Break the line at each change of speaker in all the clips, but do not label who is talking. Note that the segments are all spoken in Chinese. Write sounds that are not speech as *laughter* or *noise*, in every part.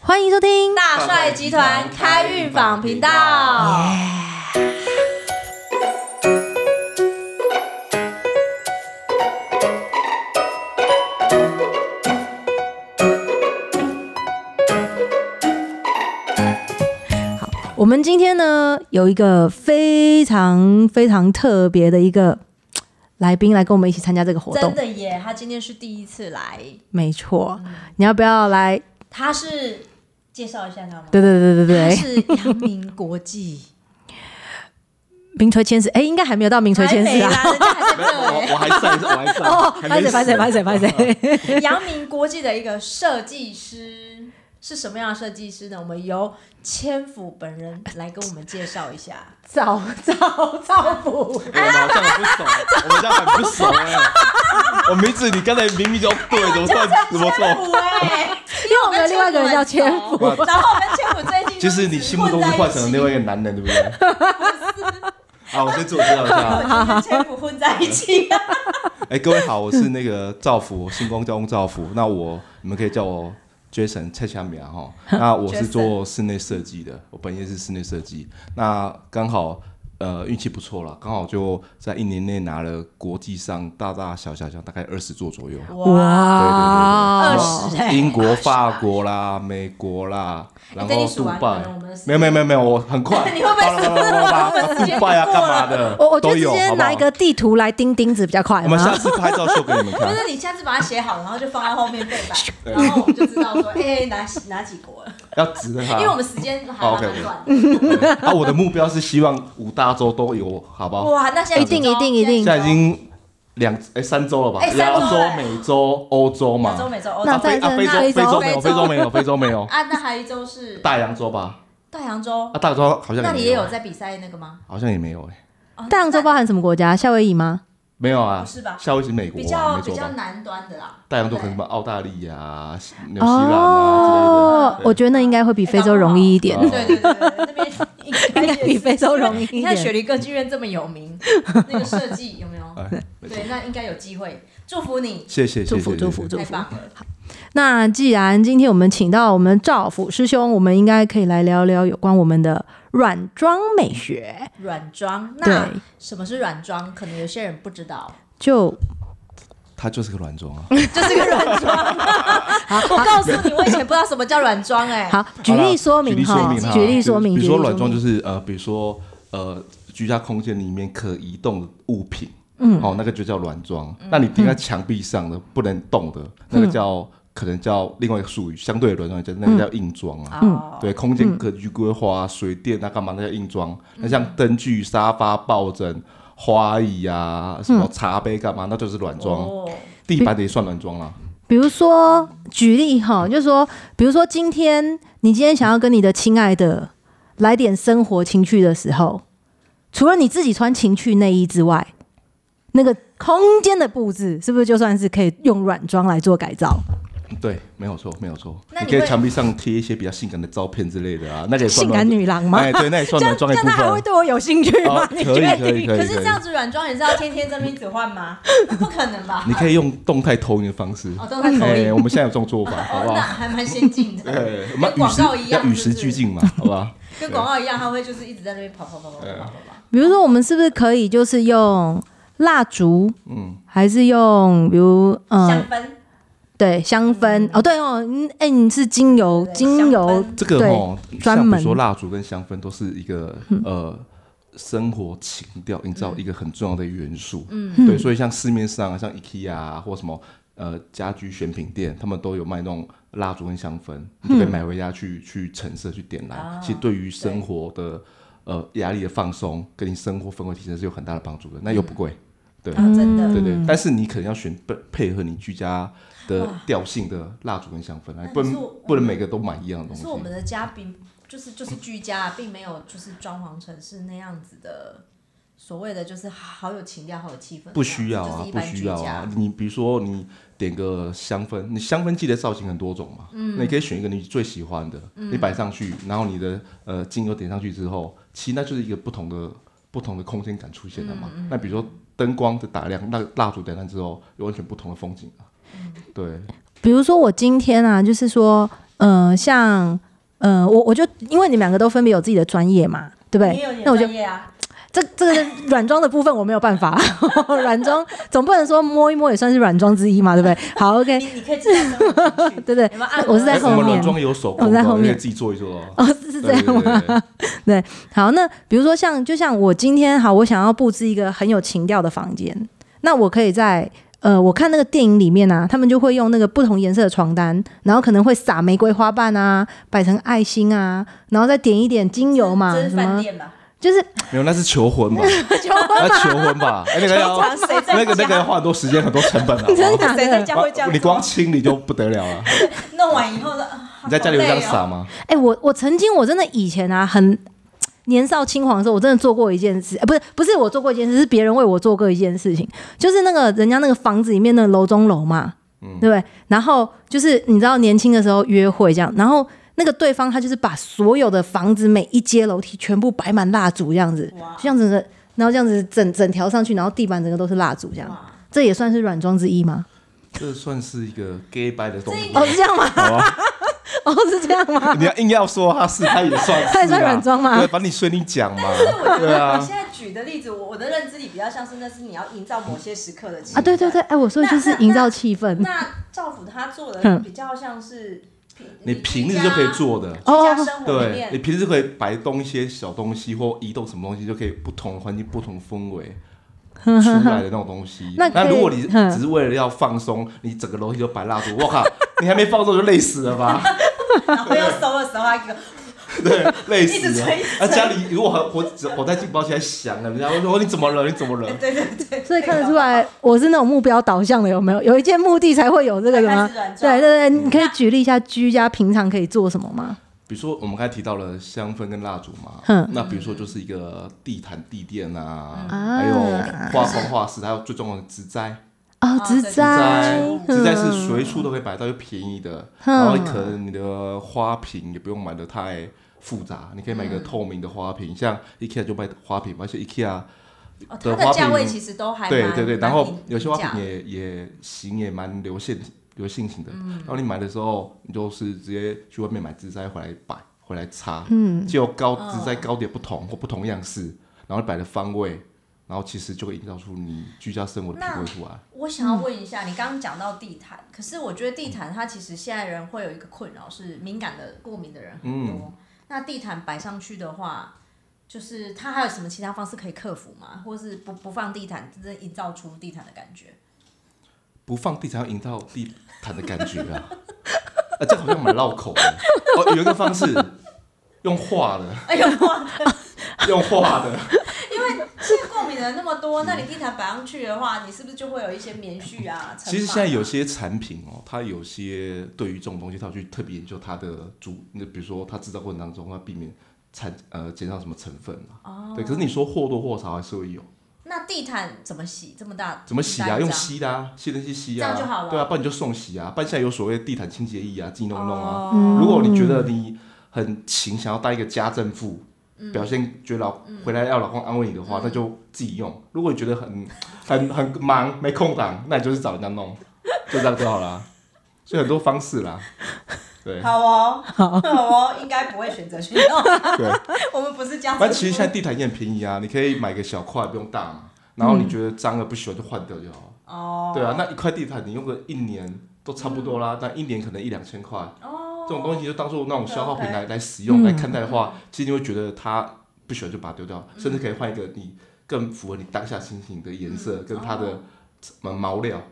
欢迎收听
大帅集团开运坊频道。
我们今天呢有一个非常非常特别的一个嘖来宾来跟我们一起参加这个活
真
动，
的耶，他今天是第一次来，
没错。你要不要来？
他是介绍一下他吗？
对对对对
他
对，
是阳明
*laughs*
国际，
名垂千史，哎，应该还没有到名垂千史啊。
还没啦人家还
没有，我我还在，我还在，
哦，
还
拍
没
谁
死
拍谁拍谁拍谁！
在阳明国际的一个设计师。是什么样的设计师呢？我们由千府本人来跟我们介绍一下。
早早早啊福，
我们好像很不熟，我们好像很不熟
啊
哎、我名字你刚才明明就对，怎么突然怎么错？
府哎、
因为我们有另外一个人叫千福，
*laughs* 哇
然后我跟千府最近
其实你心目中是幻想的另外一
个，
个男人，对不对？
*laughs*
好，我先自我介绍一下。
我跟千府混在一起、啊。
哎、各位好，我是那个赵福，星光交通赵福。那我你们可以叫我 Jason 蔡强苗哈。那我
*laughs*
是做室内设计的，我本业是室内设计。那刚好呃运气不错了，刚好就在一年内拿了国际上大大小小小大概二十座左右。
啊
哇，
对对对对20欸
英国、法国啦、美国啦，然
哎等你
后
数
杜
完
拜
可能我们是，
没有没有没有没有，我很快，
*laughs* 你会不会
巴拉巴拉巴拉巴拉
我们直接
杜拜啊
过
干嘛的，
我我觉得
都
直
有
接
好不
拿
好
一个地图来钉钉子比较快。
我们
好吗
下次拍照秀给你们看
*laughs* 就。是你下次把它写好，然后就放在后面背板，然后我们就知道说，哎、哪哪几国了，
要值得哈
因为我们时间还蛮
OK，OK
短的。
啊，我的目标是希望五大洲都有，好不好？
哇，那现在
一定
几周
一定一定
现在已经两哎三周了吧
哎？三周
亚洲
了、
美洲、欧洲
亚
嘛。
洲、美洲、欧
那
洲
啊非啊非洲
非
非
洲
洲没有，
非
非
洲
洲没有，非洲没有。
啊，那还有一周是
大洋洲吧？
大洋洲
啊，，大洋洲好像
那你
没
也有，在比赛那个吗？
好像也没有哎，
哦
大洋洲包含什么国家？夏威夷吗？
没有啊，
不是吧
夏威夷是美
比
国吧？
较
没
比
错
较
吧？
南端的啦，
大洋洲可
对
能什么澳大利亚、西纽西兰
哦，
啊之类
我
的。
觉得那应该会比非洲容易一点，
对
对对对对，那边应
应
也
该
是
比非洲容易一
你看雪
点。
梨歌剧院这么有名，那个设计有没有？
对，哎，没错
对，那应该有机会，祝福你，
谢谢，
祝
谢
福
谢
祝福
谢谢
祝
太
福
棒了。
那既然今天我们请到我们赵府师兄，我们应该可以来聊聊有关我们的软装美学。
软装，那
对，
什么是软装？可能有些人不知道。
就
他就是个软装啊。
就是个软装。我告诉你，我以前不知道什么叫软装 *laughs* 哎。
好举例说
举例
明
说
哈
明，哈，
举例说明，举
比如说
例
软装就是是呃，比如说呃，居家空间里面可移动的物品，嗯，哦，那个就叫软装。那你钉在墙壁上的不能动的，那个叫可能叫另外一个术语，相对的软装叫那个叫硬装啊。
嗯
哦，
对，空间格局规划啊、水电啊、干嘛那叫硬装。
嗯
那像灯具、沙发、抱枕、花椅啊、什么茶杯干嘛，那就是软装。
哦，
地板的也算软装啦。
比如说举例哈，就是说，比如说今天你今天想要跟你的亲爱的来点生活情趣的时候，除了你自己穿情趣内衣之外，那个空间的布置是不是就算是可以用软装来做改造？
对，没有错，没有错。
那
你
你
可以
会
墙壁上贴一些比较性感的照片之类的啊，那个也算
性感
软
女郎吗？
哎，对，那也算
这
软
样
装
这
一部
样他还会
分。
对我有兴趣吗？
哦
*laughs* 你
可以
确
可以
定？
可以
可是这样子软装也是要天天这边一直换 *laughs* 吗？不可能吧
你？可以用动态投影的方式。
哦，都在口
哎，
音。
我们现在有这种做法，好
哦
不，
*laughs*
那
好？
还蛮先 *laughs* 进的，
对，
跟
我们与
广告一
时
样
要，与
是
时
不是
俱，进嘛，好不好？
跟广告一样，它会就是一直在那边跑跑跑跑跑跑跑跑。
比如说，我们是不是可以就是用蜡烛，嗯，还是用比如嗯
香，氛，
对香氛哦，对哦，嗯，哎，你是精油，
对
精油
香氛
这个
对
哦，
专
像比
门嗯
如说蜡烛跟香氛都是一个呃生活情调营
嗯
造一个很重要的元素。嗯，对，所以像市面上啊，像 IKEA 啊，或什么呃家居选品店，他们都有卖那种蜡烛跟香氛，
嗯
你就可以买回家去去橙色去点
啊
燃。其实对于生活的呃压力的放松，跟你生活氛围提升是有很大的帮助的。那又不贵，对。
嗯
啊真
对
的。
对，但是你可能要选配配合你居家的调性的蜡烛跟香氛，
那
不
你
能
说我
不能每个都买一样的
可
东西。
是我们的家并就是就是居家，并没有就是装潢成是那样子的，所谓的就是好有情调，好有气氛。
不需要
嗯就
啊
是一，
不
般居
需要
家
啊。。你比如说，你点个香氛，你香氛剂的造型很多种嘛，嗯，你可以选一个你最喜欢的，你摆上去，然后你的呃精油点上去之后，其实那就是一个不同的不同的空间感出现了嘛。那比如说灯光的打亮，那蜡烛点亮之后，有完全不同的风景啊。对，
比如说我今天啊，就是说呃，像呃，我我就因为你们两个都分别有自己的专业嘛，对不
你
对
有？你
那
的
我就
专业啊，
这这个软装的部分我没有办 *laughs* 法，软装总不能说摸一摸也算是软装之一嘛，对不对？好，OK，。
你你可以自己生进去
对对
有没有按
那我是在
哎
后
我们
面
软装有手
我
工
在
的哦，
后
你可以
面
自己做一做哦。
哦，是是这
对
样？吗
对？对对
好，那比如说像就像我今天好，我想要布置一个很有情调的房间，那我可以在呃，我看那个电影里面啊，他们就会用那个不同颜色的床单，然后可能会撒玫瑰花瓣啊，摆成爱心啊，然后再点一点精油嘛，
这是
什
饭
么
店吧？
就是
*laughs*
没有，那是求婚吧？那求婚吧，哎
*laughs*
那个要
常谁在
那个那个要
*laughs* 家？
花很多时间，很多成本啊。
真的
谁在家会这样
哇
做？
你光清理就不得
*laughs*
了了。
弄完以后的，啊
你在家里有这样？
好累哦
撒吗？
哎、我我曾经我真的以前啊，很年少轻狂的时候，我真的做过一件事，呃、不是不是我做过一件事，是别人为我做过一件事情，就是那个人家那个房子里面的楼中楼嘛，对不对？然后就是你知道年轻的时候约会这样，然后那个对方他就是把所有的房子每一阶楼梯全部摆满蜡烛这样子，
哇
就这样子的，然后这样子整整条上去，然后地板整个都是蜡烛这样，
哇
这也算是软装之一
*laughs*
吗？
这算是一个 gay 白的东西。
哦，是这样吗？
好吧
哦，是这样吗？
*laughs* 你要硬要说他是，他也算是啊，
他也算软装吗
对，反正你随你讲嘛。
但是我觉
对
得
啊
你现在举的例子，我我的认知里比较像是那是你要营造某些时刻的气氛
啊，对对对，。哎、我说的就是营造气氛。
那赵府他做的比较像是平
你平日就可以，做的，
居家
哦
生活里
对你
面，
平时可以摆动一些小东西或移动什么东西，就可以不同环境、不同
*laughs*
氛围出来的那种东西。
那可以
如果你
嗯
只是为了要放松，你整个楼梯就摆蜡烛，我靠，你还没放松就累死了吧？
然后要收的时候，一个
*laughs* 对，累
一直
死了
吹一直。
那家里如果还火火灾警报器还响了，人家会说哦你怎么了？你怎么了？
*laughs* 对对对，
所以看得出来，我是那种目标导向的，有没有？有一件目的才会有这个的吗
才开始软？装
对对对，
嗯
你可以举例一下居家平常可以做什么吗？
比如说我们刚才提到了香氛跟蜡烛嘛，
嗯
那比如说就是一个地毯、地垫啊，
嗯
还有
啊
画框、画室，还有最重要的植
*laughs*
栽。
哦，
哦
植
对
栽
植，
植栽是
嗯
随处都可以摆到，又便宜的，
嗯
然后可能你的花瓶也不用买的太复杂，你可以买
嗯
个透明的花瓶，像 IKEA 就卖花瓶嘛，而且 IKEA
哦，它
的
的
花
价位
瓶
其实都还
对
蛮
对对，然
蛮
后
平
有些花瓶
平价
也也型也蛮流线流性型的，
嗯
然后你买的时候，你就是直接去外面买植栽回来摆回来插，
嗯，
就高
嗯
植栽高点不同或不同样式，然后摆的方位，然后其实就会营造出你居家生活的品味出来。
我想要问一下，你刚刚讲到地毯，可是我觉得地毯它其实现在人会有一个困扰，是敏感的过敏的人很多。
嗯
那地毯摆上去的话，就是它还有什么其他方式可以克服吗？或是不不放地毯，真正营造出地毯的感觉？
不放地毯要营造地毯的感觉啊！ *laughs* 啊，这个好像蛮绕口的。哦，有一个方式，用画的，
哎呦，哇
用画的，
现在过敏的人那么
嗯
多，那你地毯摆上去的话，你是不是就会有一些棉絮啊？
其
尘
实
螨啊
现在有些产品哦，它有些对于这种东西，它有去特别研究它的主，那比如说它制造过程当中，它避免产呃减少什么成分嘛。
哦
对，可是你说或多或少还是会有，
那地毯怎么洗？哦这么大
怎么洗啊？
三张
用吸的啊，吸的去吸啊，
这样就好了
对啊，不然你就送洗啊，不然现在有所谓地毯清洁液啊，自己弄一弄啊。
哦
嗯
如果你觉得你很勤，想要当一个家政妇，表现觉得老回来要老公安慰你的话，那就自己用。如果你觉得很很很忙没空档，那你就是找人家弄，就这样就好啦。所以很多方式啦，
*laughs*
对。
好哦，好哦，应该不会选择去弄。
对，
*laughs* 我们不是家
反
政
正其实
妇
现在地毯也很便宜啊，你可以买个小块，不用大嘛。然后你觉得脏了不喜欢就换掉就好了。
哦，嗯
对啊，那一块地毯你用个一年都差不多啦，但一年可能一两千块。
哦，
这种东西就当做那种消耗品
OK
来来使用
嗯
来看待的话，其实你会觉得它不喜欢就把它丢掉，
嗯
甚至可以换一个你更符合你当下心情的颜色
嗯
跟它的呃毛料，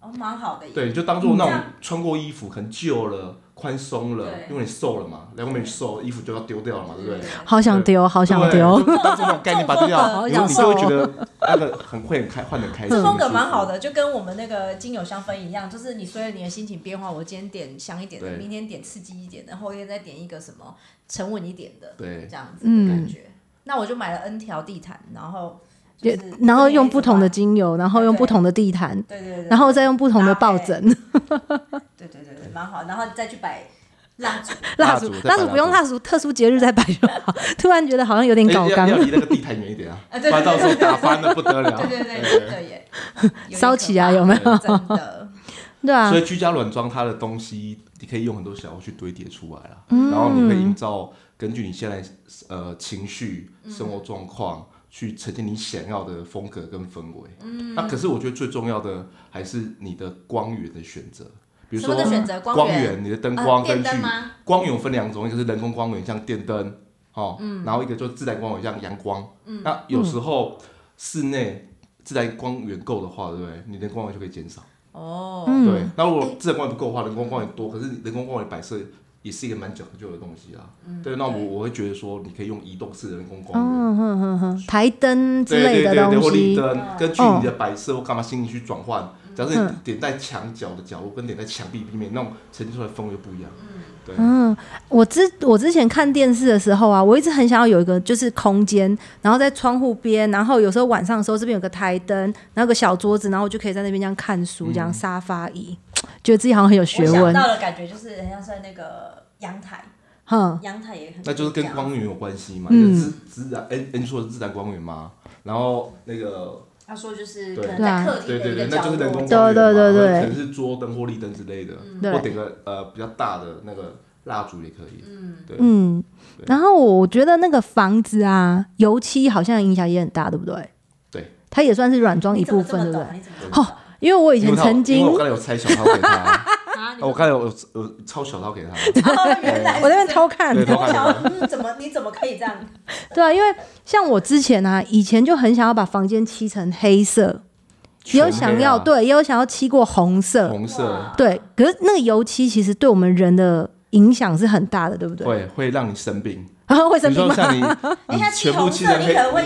哦，蛮好的耶。
对，你就当做那
这
种
样
穿过衣服很旧了、宽松了，
嗯对
因为你瘦了嘛，来外面瘦衣服就要丢掉了嘛，对不对？
好想丢，好想丢。
对，就当做那种概念把它丢
*laughs*
掉，
好
你就
想
你就会
瘦哦
觉得那个很会很开换的开心，
这风格蛮
很舒服
好的，就跟我们那个精油香氛一样，就是你随着你的心情变化，我今天点香一点的，
对
明天点刺激一点的，后天再点一个什么沉稳一点的，
对
这样子
嗯
的感觉。那我就买了 N 条地毯，然后就
也
是
然后用不同的
对
精油，然后用不同的地毯，
对对，对
然后再用不同的抱枕、
对对对对，蛮好，然后再去摆蜡烛，
蜡烛
蜡烛、再
蜡
摆
烛不用
蜡
蜡烛，特殊节日再摆就好。突然觉得好像有点
哎
搞
要
纲
要，离那个地毯远一点啊，
*laughs* 啊
不
对对
然到时候打翻了不得了。
对对对，真的耶，有点
烧起来啊
可怕
有没
有
真的，
对啊
所，以居家软装它的东西你可以用很多小物去堆叠出来啦，
嗯
然后你会营造根据你现在呃情绪、生活状况。去呈现你想要的风格跟氛围，嗯，那可是我觉得最重要的还是你的光源的选择，比如
什
说
么的选择
光
源，
源，你的灯
呃
光
电
跟去
灯吗？
光源有分两种，一个是人工光源，像电灯，哦，
嗯
然后一个就自然光源，像阳光。那有时候室内自然光源够的话，对不对？你人工光源就可以减少。
哦，
嗯，
对，那如果自然光源不够的话，人工光源多，可是人工光源摆设也是一个蛮讲究的东西啊。
嗯
对，那我我会觉得说，你可以用移动式的人工光源。
嗯哼哼哼，台灯之
对
类
对
的
对对，
东
或立
西，哦
灯，根据你的摆设或干嘛心情去转换。假设你
嗯
点在墙角的角落，跟点在墙壁里面，那种呈现出来的氛围不一样。对，
嗯，我之我之前看电视的时候啊，我一直很想要有一个就是空间，然后在窗户边，然后有时候晚上的时候这边有个台灯，然后有个小桌子，然后我就可以在那边这样看书，这
嗯
样沙发椅，觉得自己好像很有
我
学
想
问，
到的感觉就是很像在那个阳台，
哼，
阳台也很
那就是
不一
跟
样
光源有关系嘛，
嗯
就是自自然，哎、你说的是自然光源嘛，然后那个，
他说就是
对
可能
对啊
在客厅
对
的
对
一
对，
个
那
角
就是人工
落，
光源嘛，
对对对对
可能是桌灯或立灯之类的，或
对，
点个呃比较大的那个蜡烛也可以。
嗯，
对
嗯，
对
然后我觉得那个房子啊，油漆好像影响也很大，对不对？
对，
它也算是软装一
你怎么
部
这
分，
么
对不
懂
对？哦
你怎么
对
这么
因为我以前
因为他
曾经
因为我刚才有拆小套给他，哦
懂 *laughs* 啊？你
我刚才有有有抄小套
*laughs*
给他，
哦，原来
我在那边
是
偷看，
*laughs* 对，
这
偷
样。我
看嗯
想
他。
说，嗯，怎么你怎么可以这样？
对啊，因为像我之前啊，以前就很想要把房间漆成黑色，也有
全黑
想要
啊
对，也有想要漆过红色，
红色，
哇
对。可是那个油漆其实对我们人的影响是很大的，对不对？
会会让你生病。
然后会
比
生病
如说
吗？
像你，
哎，
你
他漆
全部
红
漆
色，*laughs*
成
你可
黑，
能会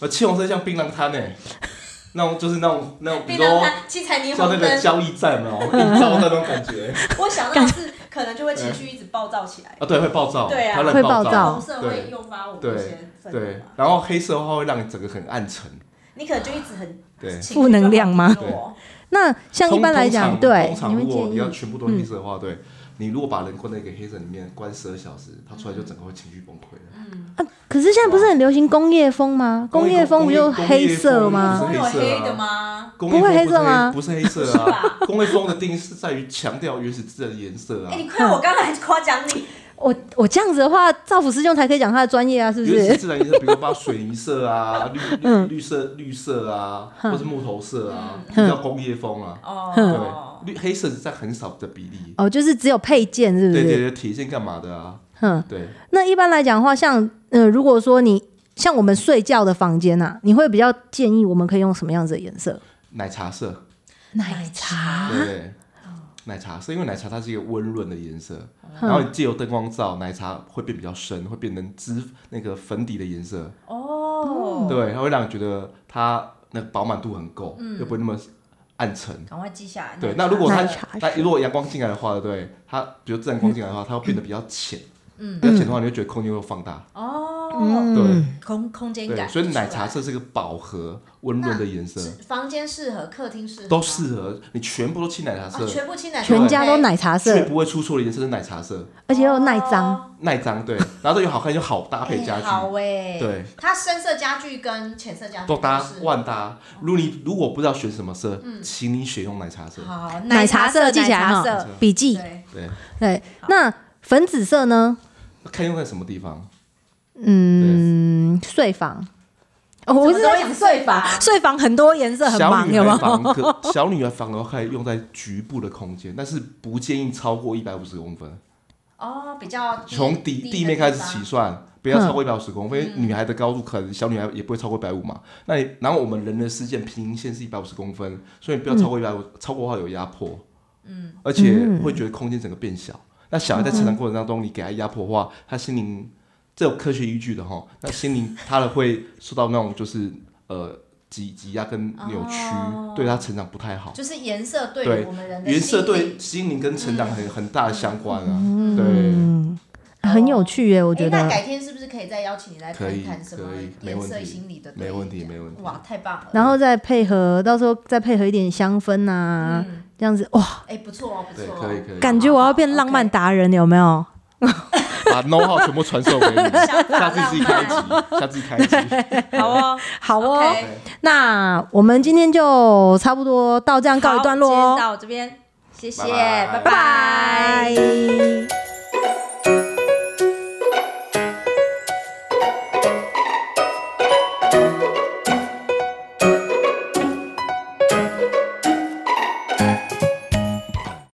呃，漆红色像槟榔摊诶，
*laughs*
那种就是那种那种，比
变
如说
成他七彩霓
像那
虹
个
灯。
交易站有没有，一招那种感觉。
我想到的是可能就
嗯
会情绪一直暴躁起来，
啊，对，会暴躁，
对啊
它
会暴
暴
躁
红色会诱发我们一些愤
对
怒嘛，，
然后黑色的话会让你整个很暗沉，
你可能就一直很
对。
情绪
负能量吗
就很低落
那像一
通
般来讲，
通常
对
通，
你
常
会
如果
建
你
议嗯
要全部都黑色的话，对你如果把人关在一个黑色里面关十二小时，他出来就整个会情绪崩溃的。
啊？可是现在不是很流行工业风吗？工业风不就
工业
黑色吗？
工
风
业
有
风
哦黑的吗？
工
不
业
会
风
黑色吗
不是黑不是黑色啊， *laughs* 工业风的定义是在于强调原始自然的颜色啊
哎，。你看我刚才夸奖
*laughs*
你，
我我这样子的话，造福师兄才可以讲他的专业啊，是不
原始
是？
自然颜色，比如把水泥色啊、
*laughs*
绿
嗯
绿绿色、绿色啊，或是木头色啊，这叫工业风啊。
哦
嗯
对，，绿黑色只占很少的比例。
哦，就是只有配件，
嗯
是不
对对
是？
对，铁线干嘛的啊？
哼。
对，
那一般来讲的话，像呃，如果说你像我们睡觉的房间呐、啊，你会比较建议我们可以用什么样子的颜色？
奶茶色，
奶
啊
茶
对不对？奶茶色，因为奶茶它是一个温润的颜色，
嗯
然后你借由灯光照，奶茶会变比较深，会变成脂那个粉底的颜色，
哦，
对，它会让你觉得它那个饱满度很够，
嗯
又不会那么暗沉。
赶快记下来。
对，那如果它
奶茶
它如果阳光进来的话，对不对？它比如自然光进来的话，它会变得比较浅，
嗯
比较浅的话，你会觉得空间会放大，
哦，
嗯
对
空空间
嗯对，
感，
所以奶茶色是个饱和温润的颜色
是，房间适合，客厅适合吗，
都适合你全部都清奶茶
啊，
色，
全部清奶茶，
全哦家都奶茶
最
色，
不会出错的颜色是奶茶色，
而且又耐脏。
耐
*laughs*
脏对，然后又好看又好搭
搭
配家
哦
具，
好哎，
对，
它深色家具跟浅色家具
都搭
是
万搭。如果你如果不知道选什么色，
嗯
请你选用奶茶色。
好
奶茶色记起来哈
奶茶色
笔记
对，
对，
对，那粉紫色呢？
看用在什么地方？
嗯，睡房。哦，我不是
怎么
在
都
讲
讲
睡
睡
房
房，
睡房很多颜色很
小
忙，
女
有没
孩
有？
房可小女孩房的话，可以用在局部的空间，但是不建议超过一百五十公分，
哦，比较低
从底地面开始起，算。不
嗯
要超过一百五十公分，因为女孩的高度可能小女孩也不会超过一百五嘛。那你然后我们人的视线平行线是一百五十公分，所以不要超过一百五，超过的话有压迫。嗯，而且会觉得空间整个变小。那小孩在成长过程当中，你给他压迫的话，他心灵这有科学依据的哈。那心灵他的会受到那种就是 *laughs* 呃挤挤压跟扭曲，
哦
对他成长不太好。
就是颜色对于
对
我们人的
原
心
色
理
对心灵跟成长很很大的相关啊。对，
嗯， *laughs* 很有趣耶，我觉
诶那
得。
改天是不是可以再邀请你来谈一谈什么
可以可以没
颜
问题
色心理的对立
没问题没问题
哇，太棒了！
然后再配合，到时候再配合一点香氛呐、啊，
嗯，
这样子哇，
哎，不错哦，不
对，
错哦，
可以可以。
感觉我要变浪漫达人，有没有？
把 No 号全部传授给你，
*laughs* 想法
下次自己开一集，下次自己开一集。
*laughs* 好哦，
好哦
OK
对
那我们今天就差不多到这样告一段落
好今天
哦。
到这边，谢谢，
拜拜
拜拜
拜